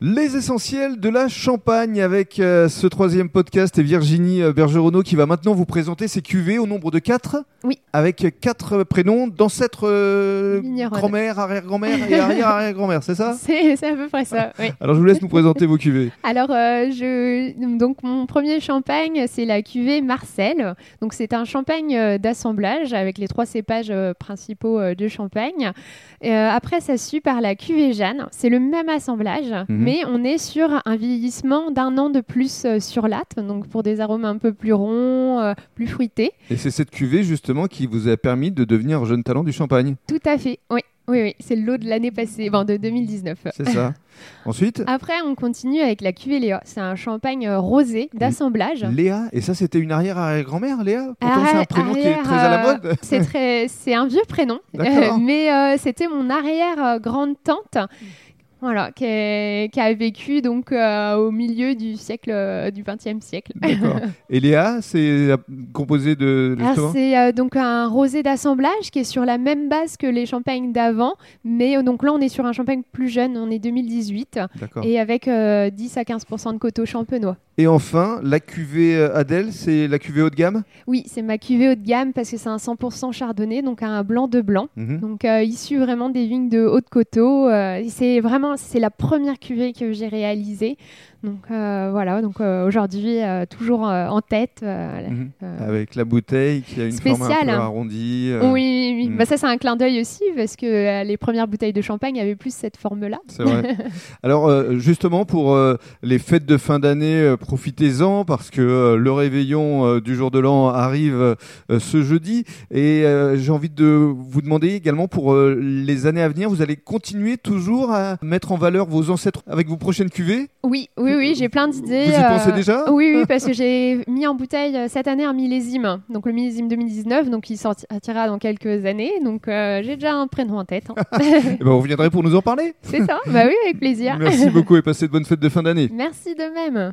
Les essentiels de la Champagne avec euh, ce troisième podcast et Virginie euh, Bergeronneau qui va maintenant vous présenter ses cuvées au nombre de quatre. Oui. Avec euh, quatre euh, prénoms d'ancêtres euh, Vigneronne. grand-mère, arrière-grand-mère et arrière-arrière-grand-mère, c'est ça C'est c'est à peu près ça. oui. Alors je vous laisse nous présenter vos cuvées. Alors, euh, je... donc mon premier champagne, c'est la cuvée Marcel. Donc, c'est un champagne euh, d'assemblage avec les trois cépages euh, principaux euh, de champagne. Euh, après, ça suit par la cuvée Jeanne. C'est le même assemblage, mais on est sur un vieillissement d'un an de plus euh, sur latte, donc pour des arômes un peu plus ronds, euh, plus fruités. Et c'est cette cuvée justement qui vous a permis de devenir jeune talent du Champagne, Tout à fait. Oui, oui, oui. C'est l'eau de l'année passée, enfin, de 2019. c'est ça Ensuite, Après, on continue avec la cuvée Léa. C'est un champagne euh, rosé d'assemblage. Léa, et ça c'était une arrière-arrière-grand-mère Léa Pourtant c'est un Arri- prénom qui est arrière, très à la euh, mode C'est très, c'est un vieux prénom, Hmm. D'accord. euh, mais euh, c'était mon arrière euh, grande tante, voilà, qui, est- qui a vécu donc euh, au milieu du siècle euh, du XXe siècle. D'accord. Et Léa, c'est euh, composé de... Alors, justement c'est euh, donc un rosé d'assemblage qui est sur la même base que les champagnes d'avant, mais euh, donc là on est sur un champagne plus jeune, on est 2018 D'accord. et avec euh, 10 à 15% de coteaux champenois. Et enfin, la cuvée euh, Adèle, c'est la cuvée haut de gamme Oui, c'est ma cuvée haut de gamme parce que c'est un 100% chardonnay, donc un blanc de blanc. Mhm. Donc euh, issu vraiment des vignes de Haute-Coteau. euh, et c'est vraiment c'est la première cuvée que j'ai réalisée. Donc euh, voilà, donc euh, aujourd'hui euh, toujours euh, en tête. euh, Mhm. euh, Avec la bouteille qui a une forme un Spéciale, peu hein. arrondie. euh, oui, oui, oui. hmm. Bah, ça c'est un clin d'œil aussi parce que euh, les premières bouteilles de champagne avaient plus cette forme-là. C'est vrai. Alors euh, justement pour euh, les fêtes de fin d'année, euh, profitez-en parce que euh, le réveillon euh, du jour de l'an arrive euh, ce jeudi et euh, j'ai envie de vous demander également pour euh, les années à venir, vous allez continuer toujours à mettre en valeur vos ancêtres avec vos prochaines cuvées Oui, oui, oui, j'ai plein d'idées. euh, Vous y pensez déjà Oui, oui, parce que j'ai mis en bouteille euh, cette année un millésime, donc le millésime 2019, donc il sortira dans quelques années, donc euh, j'ai déjà un prénom en tête. hein. Eh ben, Vous viendrez pour nous en parler. C'est ça Bah oui, avec plaisir. Merci beaucoup et passez de bonnes fêtes de fin d'année. Merci de même.